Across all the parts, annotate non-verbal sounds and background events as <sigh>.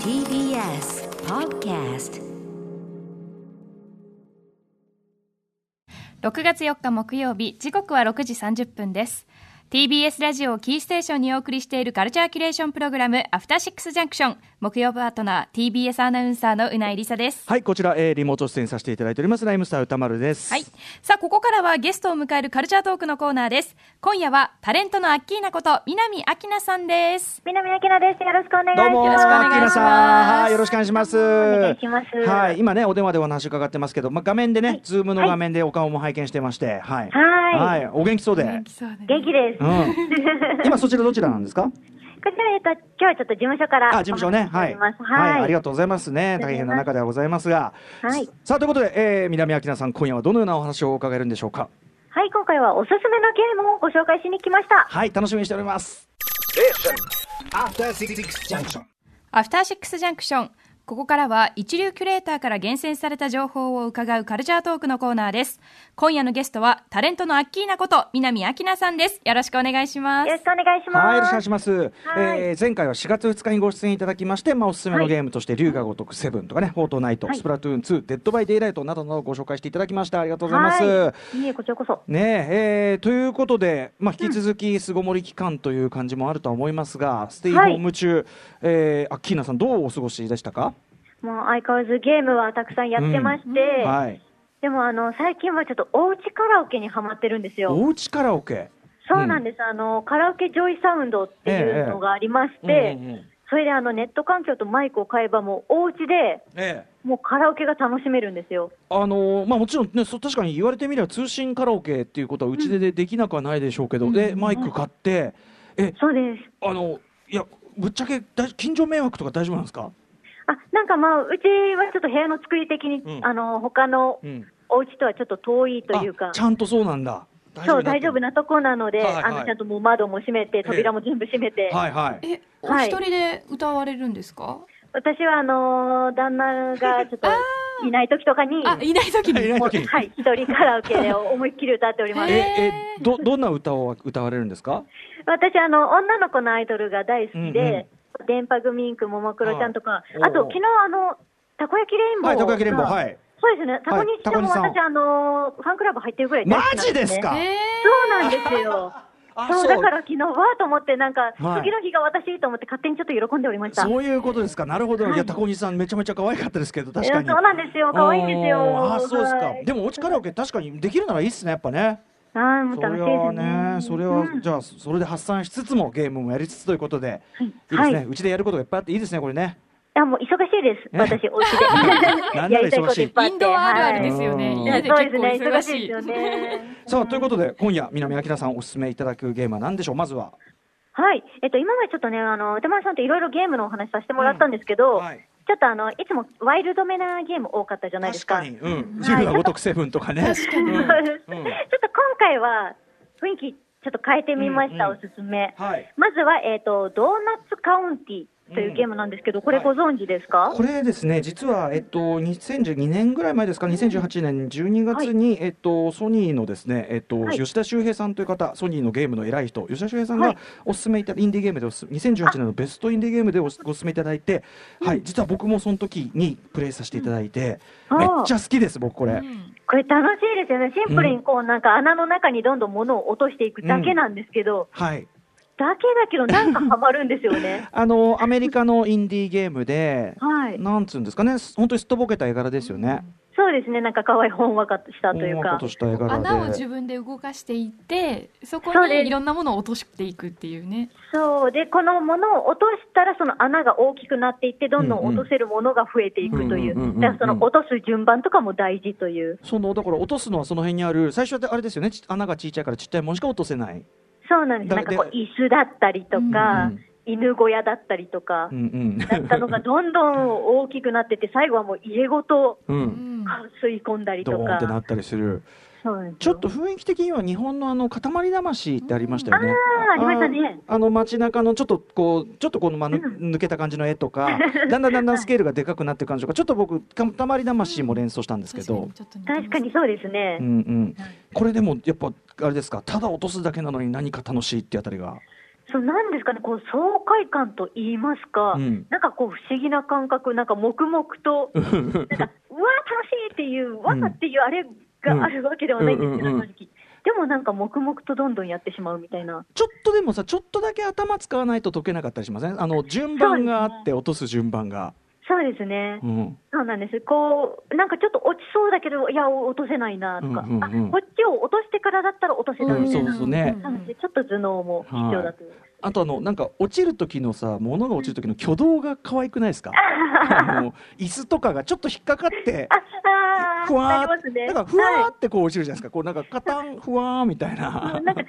TBS Podcast 6月4日木曜日時刻は6時30分です TBS ラジオをキーステーションにお送りしているカルチャーキュレーションプログラムアフターシックスジャンクション木曜パートナー TBS アナウンサーのうないりさですはい、こちら、えー、リモート出演させていただいております、ライムスター歌丸です。はい。さあここからはゲストを迎えるカルチャートークのコーナーです今夜はタレントのアッキーナこと南アキナさんです南明菜です。よろしくお願いします。どうも、よろしくお願いしますアッキーナさんはい、よろしくお願いします。お願いしますはい、今ね、お電話でお話伺ってますけど、まあ、画面でね、ズームの画面でお顔も拝見してまして、はい。はいはいお元気そうで。うん。元気です。 <laughs> こ今、そちらどちらなんですかちら、えっと、今日はちょっと事務所から。あ、事務所ね。はい。はいます。はい。ありがとうございますね。大変な中ではございますが。はいさあ、ということで、えー、南明菜さん、今夜はどのようなお話を伺えるんでしょうか。はい、今回はおすすめのゲームをご紹介しに来ました。はい、楽しみにしております。 After Six Junction. アフターシックスジャンクション。ここからは一流キュレーターから厳選された情報を伺うカルチャートークのコーナーです。今夜のゲストはタレントのアッキーナこと南明菜さんです。よろしくお願いしまよろしすく。お願いします。はい、よろしくお願いします。はいえー前回は4月2日にご出演いただきまして、まあ、おすすめのゲームとして、龍が如くセブンとかね、フォートナイト、はいスプラトゥーン2、デッドバイデイライトなどなどご紹介していただきました。ありがとうございます。はい。いえ、こちらこそ。ねええーということで、まあ、引き続き巣ごもり期間という感じもあるとは思いますが、ステイホーム中、えー、アッキーナさん、どうお過ごしでしたか、もう相変わらずゲームはたくさんやってまして、はい、でもあの、最近はちょっとおうちカラオケにハマってるんですよ。おうちカラオケ、そうなんです。あの、カラオケジョイサウンドっていうのがありまして、うんうんうんそれであの、ネット環境とマイクを買えばもうお家で、ええもうカラオケが楽しめるんですよ。あのーまあ、もちろん、ね、そ確かに言われてみれば通信カラオケっていうことはうちででできなくはないでしょうけど、でマイク買って、えそうです。あのいやぶっちゃけ大近所迷惑とか大丈夫なんですか、あなんかまあ、うちはちょっと部屋の作り的に、うんあの他のうん、お家とはちょっと遠いというかあ、ちゃんとそうなんだ大そうだ大丈夫なとこなので、はいはいあのちゃんともう窓も閉めて、扉も全部閉めて、はいはいえ、おはい一人で歌われるんですか、私はあのー旦那が <laughs> ちょっといない時とかに、あ、いない時に。いもう時にはい、一人カラオケで思いっきり歌っております。ええどどんな歌を歌われるんですか私あの、女の子のアイドルが大好きで、うんう電波組インク、ももクロちゃんとか、はいあとおうおう昨日あのたこ焼きレインボはーが、いたこ焼きレインボーはいそうですね、たこにたこしてにもさん私、あのーファンクラブ入ってるぐらいマ大好きなんジですねか、えそうなんですよ。あそうだから昨日はと思って、なんか、はい次の日が私と思って、勝手にちょっと喜んでおりました。そういうことですかなるほど、い、やタコニさんめちゃめちゃ可愛かったですけど確かにいやそうなんですよ可愛いんですよおーあそうですか、はいでもおうちカラオケ確かにできるならいいっすねやっぱねああ、もうそ楽しれいですはね。ね、それは、じゃあ、それで発散しつつも、ゲームもやりつつということで、いいですはいね、うちでやることがいっぱいあっていいですね、これね。いや、もう忙しいです。え私、お家なんで。 <laughs> な <laughs> やらりたいこ忙しといいっぱいあイっンて。ドアあるあはいるですよね。うんいや家でそうですね、結構忙忙しいしですい。よね。さあ、ということで、今夜、南明菜さんおすすめいただくゲームは何でしょう、まずは。 <laughs> はい。えっと、今までちょっとね、あの、歌丸さんといろいろゲームのお話させてもらったんですけうど、んはいちょっとあの、いつもワイルドめなゲーム多かったじゃない確ですか。かに、うん、ジルがごとくセブンとかね。確かに。そう <laughs> ですちょっと今回は、雰囲気ちょっと変えてみました、うんうんおすすめ。はい。まずは、えっ、と、ドーナツカウンティというゲームなんですけど、これご存知ですか、これですね、実は、えっと、2012年ぐらい前ですか、2018年12月に、えっと、ソニーのですね、えっと、はい吉田修平さんという方、ソニーのゲームの偉い人、吉田修平さんがはいおすすめいた、インディーゲームでおす、2018年のベストインディーゲームでおすごすすめいただいて、はい、実は僕もその時にプレイさせていただいて、うんめっちゃ好きです、僕これ。これ楽しいですよね。シンプルにこう、なんか穴の中にどんどん物を落としていくだけなんですけど、はい。。だけだけどなんかハマるんですよね <laughs> あの、アメリカのインディーゲームで、はい。なんつうんですかね、本当にすっとぼけた絵柄ですよね。そうですね、なんか可愛いほんわかしたというほんわかかと。した絵柄で。穴を自分で動かしていって、そこそうですにいろんなものを落としていくっていうね。そう。で、この物を落としたら、その穴が大きくなっていって、どんどん落とせるものが増えていくというんうんうんうんうんう。だからその落とす順番とかも大事という。そのだから落とすのはその辺にある最初はあれですよねち穴が小さいからちっちゃいもんしか落とせない、そうなんです。だなんかこう、で椅子だったりとかうん、犬小屋だったりとかうん、うんだったのがどんどん大きくなってって、最後はもう家ごとう、うんん。吸い込んだりドーとンってなか。ったりするそうなんですちょっと雰囲気的には日本のあの塊魂ってありましたよね、あーありましたね。あの街中のちょっとこうちょっとこのまぬ、抜けた感じの絵とかだんだんだんだんスケールがでかくなってる感じとかちょっと僕塊魂も連想したんですけど、確かに確かにそうですね。うんうん、これでもやっぱあれですかただ落とすだけなのに何か楽しいってあたりがそうなんですかね、こう爽快感と言いますか、うんなんかこう不思議な感覚、なんか黙々と、なんかうわー楽しいっていう、わーっていうあれがあるわけではないんですけど、うんうんうんうん正直。でもなんか黙々とどんどんやってしまうみたいな。ちょっとでもさちょっとだけ頭使わないと解けなかったりしませんあの順番があっそうて落とす順番が、そうですね。うん、そうなんです。こう、なんかちょっと落ちそうだけど、いや、落とせないなとか、うんうんうんあ、こっちを落としてからだったら落とせたうんみたそいうな。そうねなので、ちょっと頭脳も必要だと。あとあのなんか落ちる時のさ物が落ちる時の挙動が可愛くないです <laughs> かあの椅子とかがちょっと引っかかってああー、ふわーなりますね。なんかふわはーってこう落ちるじゃないですか、こうなんかカタンふわーみたいいな <laughs> なんかこう引っかか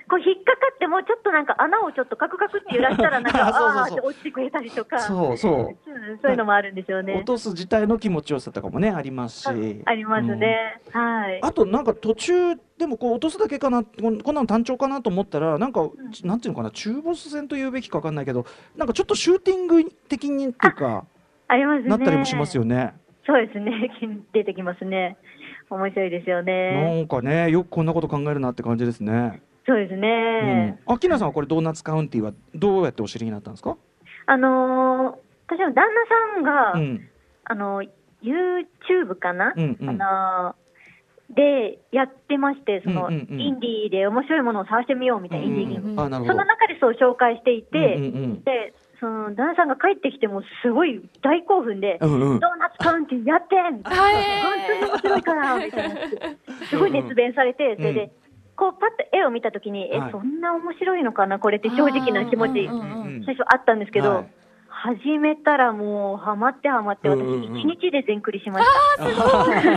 ってもちょっとなんか穴をちょっとカクカクって揺らしたらなん <laughs> かあそうそうそうあーって落ちてくれたりとかうそうそんそういうのもあるんですよう落ね。とす自体の気持ちよさとかもねありますしありますね。はいうん。あとなんか途中でもこう落とすだけかなこんこんなの単調かなと思ったらなんか、なんていうのかな中ボス戦と言うべきかわかんないけどなんかちょっとシューティング的にっていうかありますね。なったりもしますよねそうですね。 <laughs> 出てきますね。面白いですよなね。んかねよくこんなこと考えるなって感じですねそうですね。うん、アキナさんはこれドーナツカウンティーはどうやってお知りになったんですか、あのー私の旦那さんが、うんあの YouTube かな、うんうんあのーでやってましてその、うんうんうんインディーで面白いものを探してみようみたいな、インディーゲーム、うんあなるほそどの中でそう紹介していて、うんうんでその旦那さんが帰ってきてもすごい大興奮で、うんうんドーナツカウンティーやってん本はい当に面白いからみたいなすごい熱弁されて、それうんでこうパッと絵を見たときに、はいえそんな面白いのかなこれって正直な気持ちあーうんうんうんうん最初あったんですけど、はい始めたらもうハマってハマって私うんうんうん一日で全クリしました。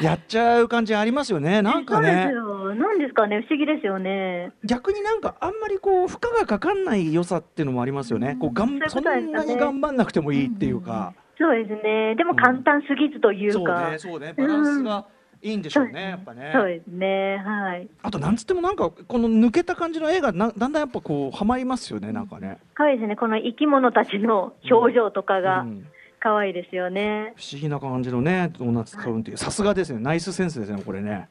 やっちゃう感じありますよね。なんかそうですね、よ。なんですかね、不思議ですよね。逆になんかあんまりこう負荷がかかんない良さっていうのもありますよね。こうがんそそうんいうことなですねに頑張んなくてもいいっていうか。そうですね。でも簡単すぎずというそうか。ね、そうね、バランスがいいんでしょうね、やっぱね。そうですね。はい。あとなんつってもなんかこの抜けた感じの絵がなだんだんやっぱこうはまりますよね、なんかね。可愛いですね。この生き物たちの表情とかうがん可愛いですよね。不思議な感じのね、ドーナツカウンティー、さすがですね、ナイスセンスですね、これ <laughs> ね。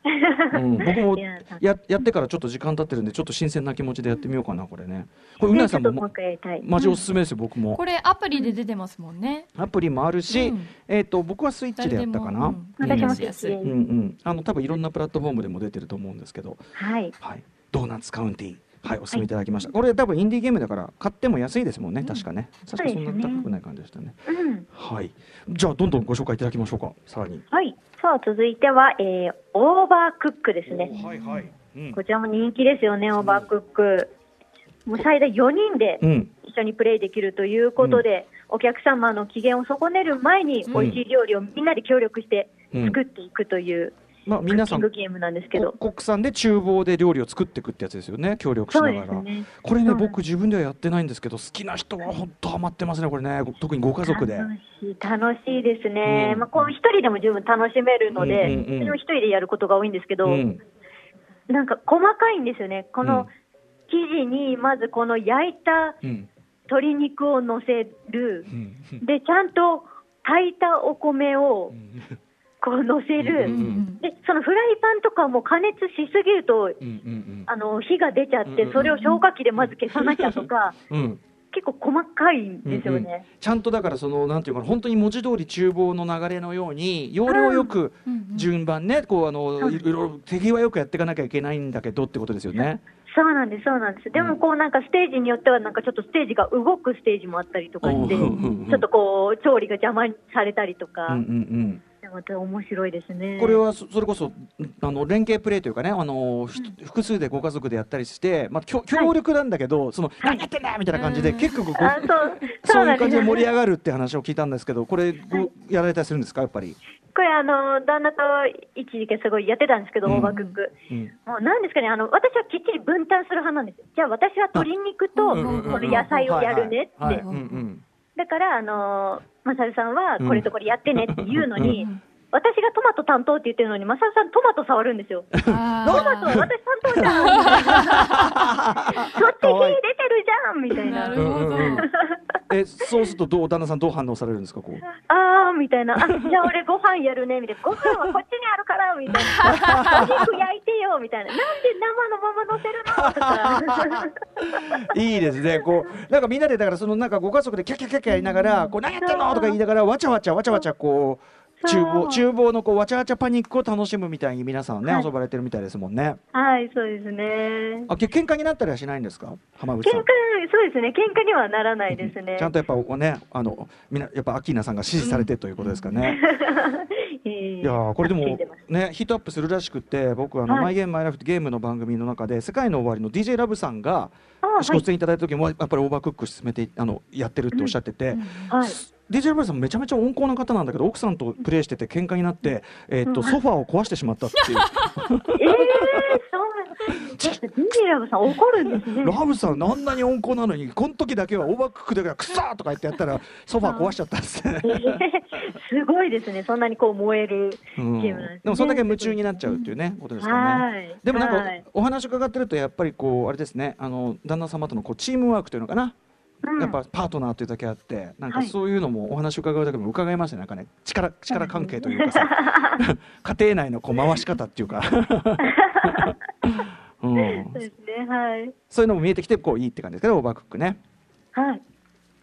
うん、僕もいやややってからちょっと時間経ってるんで、ちょっと新鮮な気持ちでやってみようかな、これね。これうなちさょっんともももう一回やりたい。マジおすすめですよ、僕も。これアプリで出てますもんね。アプリもあるし、うんえっ、と僕はスイッチでやったかな。誰でもううんん私もうんうん。あの多分いろんなプラットフォームでも出てると思うんですけど、はい。はい。ドーナツカウンティー。はい、お勧めいただきました。これ多分インディーゲームだから買っても安いですもんね、確かね。確かそんな高くない感じでしたね。うん。はい。じゃあどんどんご紹介いただきましょうか。さらに。はい。さあ、続いては、えー、オーバークックですね。はいはい。うん。こちらも人気ですよね、オーバークック。もう最大4人でうん。一緒にプレイできるということで、お客様の機嫌を損ねる前に、うん美味しい料理をみんなで協力してうん作っていくという、まあ皆さんクッ。キングゲームなんですけど、こ国産で厨房で料理を作っていくってやつですよね協力しなそがうでら、すね。これねそうなんです僕自分ではやってないんですけど好きな人は本当ハマってますねこれねご特にご家族で楽しい楽しいですね、うんまあ、こう一人でも十分楽しめるので、うんうんうん私も一人でやることが多いんですけど、うんなんか細かいんですよね、こうんの生地にまずこの焼いたうん鶏肉を乗せる、うんでちゃんと炊いたお米をこう乗せる、うんうんで、そのフライパンとかも加熱しすぎると、うんうんあの火が出ちゃっうんうんてうん、それを消火器でまず消さなきゃとか、うんうん結構細かいんですようんうんね。ちゃんとだからそのなんていうかな本当に文字通り厨房の流れのように要領よく順番ねこうあのいいろいろ手際よくやっていかなきゃいけないんだけどってことですよね。そうなんです、そうなんです。でもこうなんかステージによってはなんかちょっとステージが動くステージもあったりとかして、うんうんうんちょっとこう調理が邪魔されたりとか、うんうんでも面白いですうね。ん、これはそそれこそあの連携プレーというかねあの、ひ複数でご家族でやったりして、まあ、きょ協力なんだけど、その何やってんだみたいな感じで結構ごあそう <laughs> そういなうんで感じすで盛り上がるって話を聞いたんですけどこれごやられたりするんですかやっぱり。これあの旦那と一時期すごいやってたんですけど、うんオーバークック。うんもうなんですかね、あの私はきっちり分担する派なんです。じゃあ私は鶏肉とこうんうんうんの野菜をやるねって。はいはいはいうんうんだから、あのー、マサルさんはうんこれとこれやってねって言うのに、うん私がトマト担当って言ってるのに、マサルさんトマト触るんですよ。トマ <laughs> ト、私担当じゃんそっち火出てるじゃんみたいななる。うほんうんうんえそうするとどう旦那さんどう反応されるんですかこう。あーみたいな。あ、じゃあ俺ご飯やるねみたいな。ご飯はこっちにあるからみたいな。お肉焼いてよみたいな。なんで生のまま乗せるの <laughs> とか。いいですね、こう、なんかみんなで、だから、その、なんかご家族でキャキャキャキャやりながら、こう、何やってんのとか言いながら、わちゃわちゃわちゃわちゃ、こう。そ厨う房、厨房のこう、わちゃわちゃパニックを楽しむみたいに、皆さんね、はい遊ばれてるみたいですもんね。はい、そうですね。あ、け、喧嘩になったりはしないんですか、浜口喧嘩さん。、そうですね。喧嘩にはならないですね。ちゃんとやっぱおね、あの、みんな、やっぱアキーナさんが支持されてということですかね。いいやーこれでもついてますねヒートアップするらしくて僕あの、はいマイゲームマイライフってゲームの番組の中で世界の終わりの DJ ラブさんがあはいご出演いただいた時もやっぱりオーバークック進めてあのやってるっておっしゃってて、はい。 DJ ラブさんめちゃめちゃ温厚な方なんだけど奥さんとプレイしてて喧嘩になって、えーっとうんソファーを壊してしまったっていうええ <laughs> そう。ちょっと、ディディラブさん怒るんですね。ラブさんあんなに温厚なのにこの時だけはオーバークックだからクソーとか言ってやったらソファー壊しちゃったんですね。え <laughs> ーすごいですね。そんなにこう燃えるうゲーんムなんでですね。もそれだけ夢中になっちゃうっていうね、ことですかね。はい。でもなんはかいお話伺ってるとやっぱりこうあれですねあの旦那様とのこうチームワークというのかな、うんやっぱパートナーというだけあってなんかはいそういうのもお話伺うだけでも伺えますねなんかね力力関係というかさ <laughs> 家庭内のこう回し方っていうか、うんそう、ですね。はい。そういうのも見えてきてこういいって感じですけどオーバークックねはい。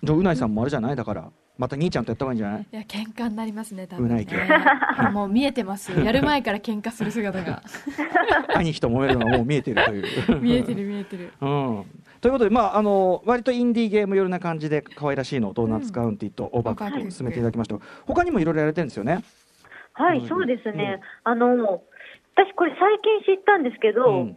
じゃあうないさんもあれじゃないだからまた兄ちゃんとやった方がいいんじゃ <laughs> ないいや喧嘩になりますね多う分なねいけどあもう見えてます <laughs> よやる前から喧嘩する姿が兄貴と揉めるのがもう見えてるという見えてる見えてるうん、ということで、まあ、あの割とインディーゲーム寄りな感じで可愛らしいのをドーナツカウンティとオーバーカッうクん進めていただきました他にもいろいろやられてるんですよね。はい、うんそうですねう。あの、私これ最近知ったんですけど、うん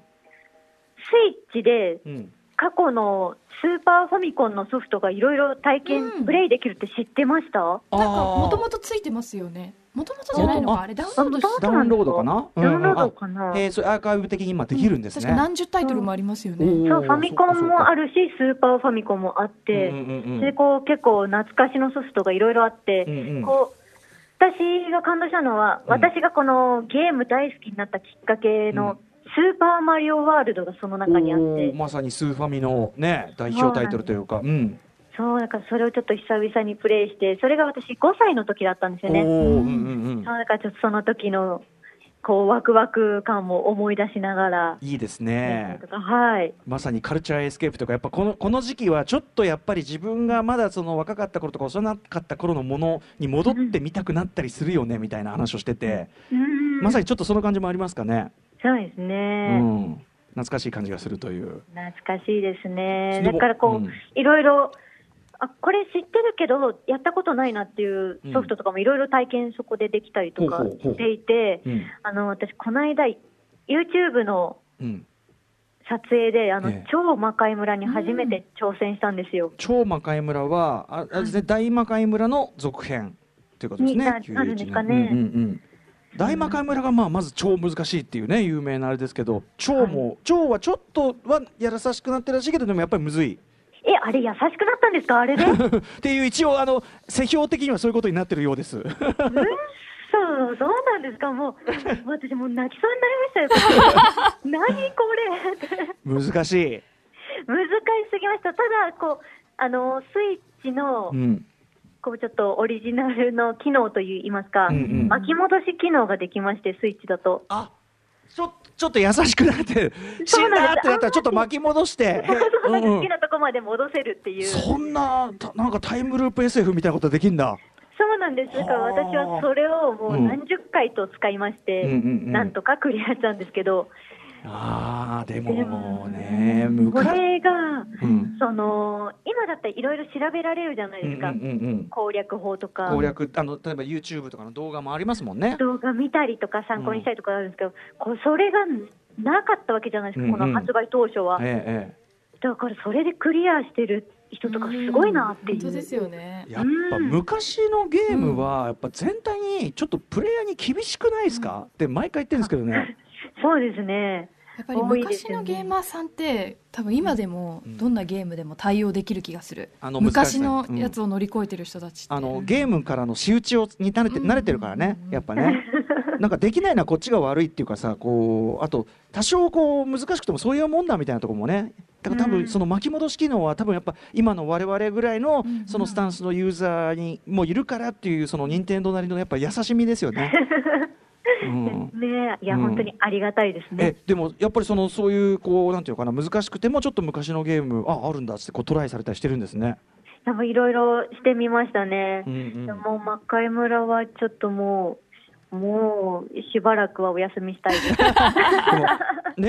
スイッチでうん、過去のスーパーファミコンのソフトがいろいろ体験、うんプレイできるって知ってましたなんかもとともとついてますよねもともとじゃないのあかあれダウンロードしたあとダウンロードかなダウンうんローうドんかな、あえー、そうアーカイブ的に今できるんですね。確か何十タイトルもありますよね、おーそう、ファミコンもあっるし、スーパーファミコンもあって、うんうんうんそれでこう結構懐かしのソフトがいろいろあって、うんうんこう、私が感動したのは、うん私がこのゲーム大好きになったきっかけうんの、スーパーマリオワールドがその中にあって、まさにスーファミの、ね、代表タイトルというか、うん、そう、だからそれをちょっと久々にプレイして、それが私5歳の時だったんですよね。おーうんうんうんそうだからちょっとその時の、こう、ワクワク感も思い出しながら、いいですねと。かはい。まさにカルチャーエスケープとかやっぱこのこの時期はちょっとやっぱり自分がまだその若かった頃とか幼かった頃のものに戻ってみたくなったりするよねみたいな話をしてて、うんまさにちょっとその感じもありますかね、そうですね。うん、懐かしい感じがするという。懐かしいですそね。のだ後からこう、うんいろいろ、あ、これ知ってるけど、やったことないなっていうソフトとかもいろいろ体験そこでできたりとかほうほうほうしていて、うんあの、私この間、YouTube のうん、撮影で、あの、ええ超魔界村に初めて挑戦したんですよ。超魔界村はああれですね大魔界村の続編ということですね。にななるんですかね91うんうんうん大魔界村がまあまず超難しいっていうね有名なあれですけど超も超はちょっとはやらさしくなってるらしいけどでもやっぱりむずい <laughs> え、あれ優しくなったんですかあれでそう、っていう一応あの世評的にはそういうことになってるよう <laughs> です。そうなんですかもう、私もう泣きそうになりましたよ。 <laughs> 何これ <laughs> って難しい。難しすぎました。ただ、こう、あの、スイッチのう、ん。こうちょっとオリジナルの機能といいますか、うんうん巻き戻し機能ができまして、スイッチだと。あ、ちょちょっと優しくなって死そうんだなんっですてなったらちょっと巻き戻 <laughs> して。そうなんうんか好うんきなとこまで戻せるっていう、そそんなたなんかタイムループ SF みたいなことできんだ。うなんです、だからはあ私はそれをもう何十回と使いまして、うんうんうんうんなんとかクリアしたんですけど、ああででももねこ昔。れが、うんその今だったらいろいろ調べられるじゃないうんでうすんうんか、攻略法とうん。か攻、略あの例えば YouTube とかの動画もありますもんね。動画見たりとか、参考にしたりとかあるんですけど、こうそれがなかったわけじゃないですか、こうんうんの発売当初は。えだからそれでクリアしてる人とかすごいなってい本当う。ですよねえええ。やっぱ昔のゲームはやっぱ全体にちょっとプレイヤーに厳しくないですか、って毎回言ってるんですけどね。そうですね。やっぱり多いで昔すよねのゲーマーさんって多分今でもうんどんなゲームでも対応できる気がする、あの昔難のしさねうんやつを乗り越えてる人たちって、あのゲームからの仕打ちをに慣れてうん慣れてるからねうんやっぱね <laughs> なんかできないのはこっちが悪いっていうかさこうあと多少こう難しくてもそういうもんだみたいなところもねだから多う分んその巻き戻し機能は多分やっぱ今の我々ぐらいのうんそのスタン <laughs> スのユーザーにもいるからっていうその任天堂なりのやっぱ優しみですよね。うんねえいや、うん本当にありがたいですねえ。でもやっぱりそのそういうこうなんていうのかな難しくてもちょっと昔のゲームああるんだっつってこうトライされたりしてるんですね。多分いろいろしてみましたね。うんうんでも魔界村はちょっともう、もうしばらくはお休み <laughs> したいです。でも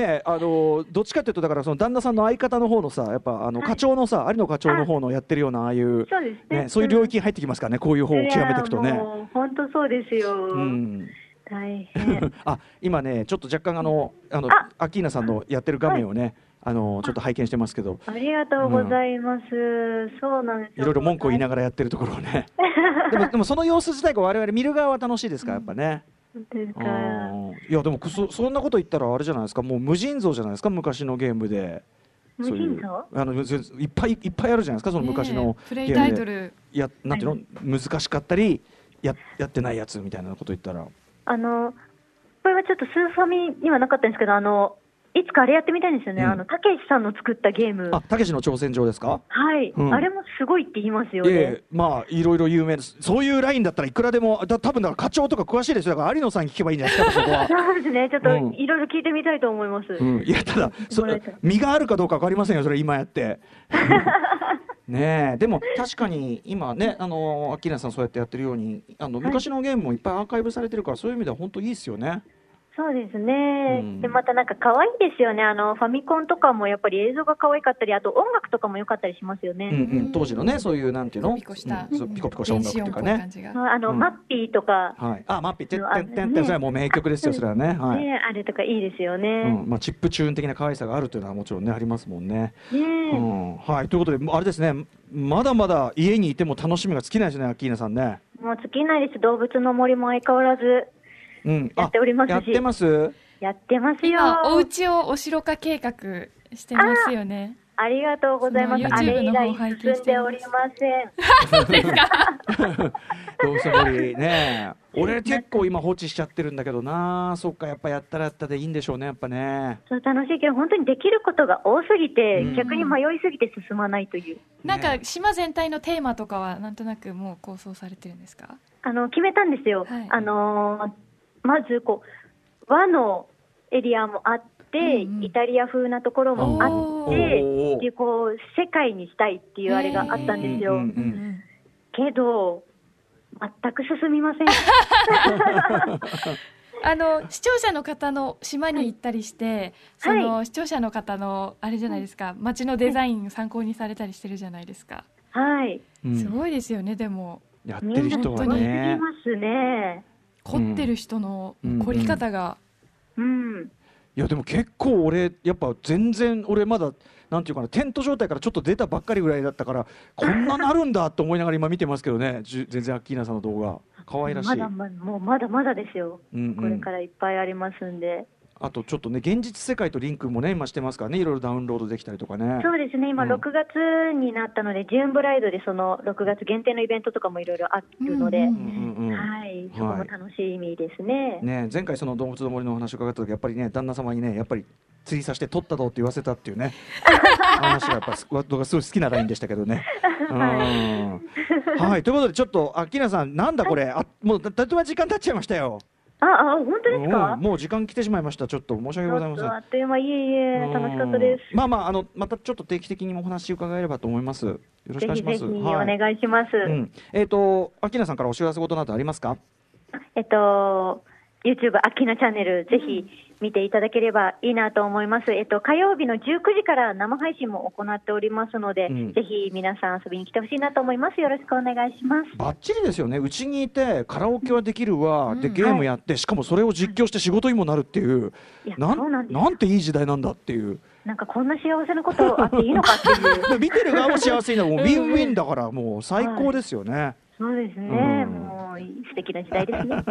ねあのどっちかっていうとだからその旦那さんの相方の方のさやっぱあの課長のさ有野課長の方のやってるようなああいうそうですねねそういう領域に入ってきますからねこういう方を極めていくといやね。もう本当そうですよ。うん <laughs> 大 <laughs> 変。あ今ねちょっと若干あのあのあアッキーナさんのやってる画面をね、あのちょっと拝見してますけどありがとうございます。そうなんですいろいろ文句を言いなががらやってるところを <laughs> ねでもでもその様子自体が我々見る側は楽しいですからやっぱね、ら。ですうからん、いやでもくそそんなこと言ったらあれじゃないですかもう無尽蔵じゃないですか昔のゲームで。無そういう尽蔵あのぜいっぱいいっぱいあるじゃないですかその昔のプゲレーイタイムトで、ルやなんていうの難しかったりややってないやつみたいなこと言ったらあの、これはちょっとスーファミにはなかったんですけど、あの、いつかあれやってみたいんですよね。うんあの、たけしさんの作ったゲーム。あたけしの挑戦状ですかはい、うんあれもすごいって言いますよね。。ええまあいろいろ有名ですそういうラインだったらいくらでもだ多分だから課長とか詳しいですよだから有野さんに聞けばいいんじゃないですかそこはそうですね、ちょっうんといろいろ聞いてみたいと思います。うん、いやただそごめんなさい身があるかどうか分かりませんよそれ今やってねえでも確かに今ねあのアッキーナさんそうやってやってるようにあの昔のゲームもいっぱいアーカイブされてるからそういう意味では本当いいですよねそうですね、うんでまたなんか可愛いですよね、あのファミコンとかもやっぱり映像が可愛かったり、あと音楽とかも良かったりしますようんね。うん、当時のねそういうなんていうのピコしたうんそうピコピコした音楽っていうか電子音っぽい感ねじがあの、うんマッピーとか、はいあマッピーてあってんのてんてねんそれはもう名曲ですよそれはねはい、ね、あれとかいいですようね。んまあ、チップチューン的な可愛さがあるというのはもちろんねありますもんね、うねんはいということであれですねまだまだ家にいても楽しみが尽きないですねアッキーナさんねもう尽きないです、動物の森も相変わらずうんあやっておりますしやってますやってますよ。今お家をお城化計画してますよねありがとうございます。そのあれ YouTube の以方来を拝見して進んでおりません。どうせ無理ね俺結構今放置しちゃってるんだけどなそっかやっぱやったらやったでいいんでしょうねやっぱねそう楽しいけど、本当にできることが多すぎて、うん逆に迷いすぎて進まないという。なんねか島全体のテーマとかはなんとなくもう構想されてるんですかあの決めたんですよ、はいあのーまずこう和のエリアもあって、うんうんイタリア風なところもあっおーてっていうこう世界にしたいっていうあれがあったんですよ、うんうんうんけど全く進みませんあの視聴者の方の島に行ったりして、そはいの視聴者の方のあれじゃないですか街のデザインを参考にされたりしてるじゃないですか、はいうんすごいですよねでもやってみんるなす人ごすはぎまねすね凝ってる人のうん凝り方が、うんいやでも結構俺やっぱ全然俺まだなんていうかなテント状態からちょっと出たばっかりぐらいだったからこんななるんだと思いながら今見てますけどねじゅ全然アッキーナさんの動画可愛らしい、まだまだもうまだまだですようんうんこれからいっぱいありますんで、あとちょっとね現実世界とリンクもね今してますからねいろいろダウンロードできたりとかねそうですね今うん6月になったので、ジューンブライドでその6月限定のイベントとかもいろいろあるので、うんうんうんうんうんはい、そこも楽しみですね。ね、前回その動物の森のお話を伺った時やっぱりね旦那様にねやっぱり釣りさせて取ったどうって言わせたっていう <laughs> ね話がやっぱす僕はすごい好きなラインでしたけど <laughs> ね。うんはいということでちょっとアッキーナさんなんだこ <laughs> れあもうだだいぶ時間経っちゃいましたよ。あ、あ、本当ですうかん。もう時間来てしまいましたちょっと申しち訳ございょまっせとあん。っという間、いえいえ、楽しかったです。うんまあまああのまたちょっと定期的にお話伺えればと思います。よろしくおぜ願いひします。ぜひおはい願いします。うん、えっ、とアッキーナさんからお知らせ事などありますか。えっと、YouTube アキナチャンネル、ぜひ見ていただければいいなと思います。えっと、火曜日の19時から生配信も行っておりますので、うんぜひ皆さん遊びに来てほしいなと思います。よろしくお願いします。バッチリですよね、うちにいてカラオケはできるわ、でゲームやって、しかもそれを実況して仕事にもなるっていう、いや、なそうんなんです。なんていい時代なんだっていう、なんかこんな幸せなことあっていいのかって <laughs> いでう。見てる側も幸せになる、もうウィンウィンだから、もう最高ですよね。そうですね。うんもう素敵な時代ですね。は、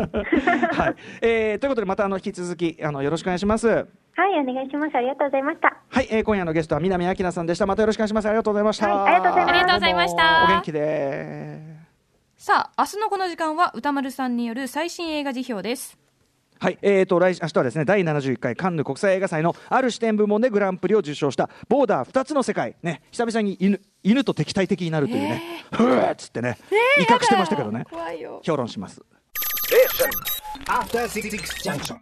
はいえーということで、またあの引き続きあのよろしくお願いします。はいお願いします。ありがとうございました。い、えー今夜のゲストは南明奈さんでした。またよろしくお願いします。ありがとうございました。はいありがとうございますありがとうございましたどうもお元気で。さあ明日のこの時間は歌丸さんによる最新映画辞表ですはい、えー、と来明日はですね第71回カンヌ国際映画祭のある視点部門でグランプリを受賞した「ボーダー2つの世界」ね久々に犬犬と敵対的になるというね、ふうっつってね、威嚇してましたけどね怖いよ評論します。 Station. After Six Junction.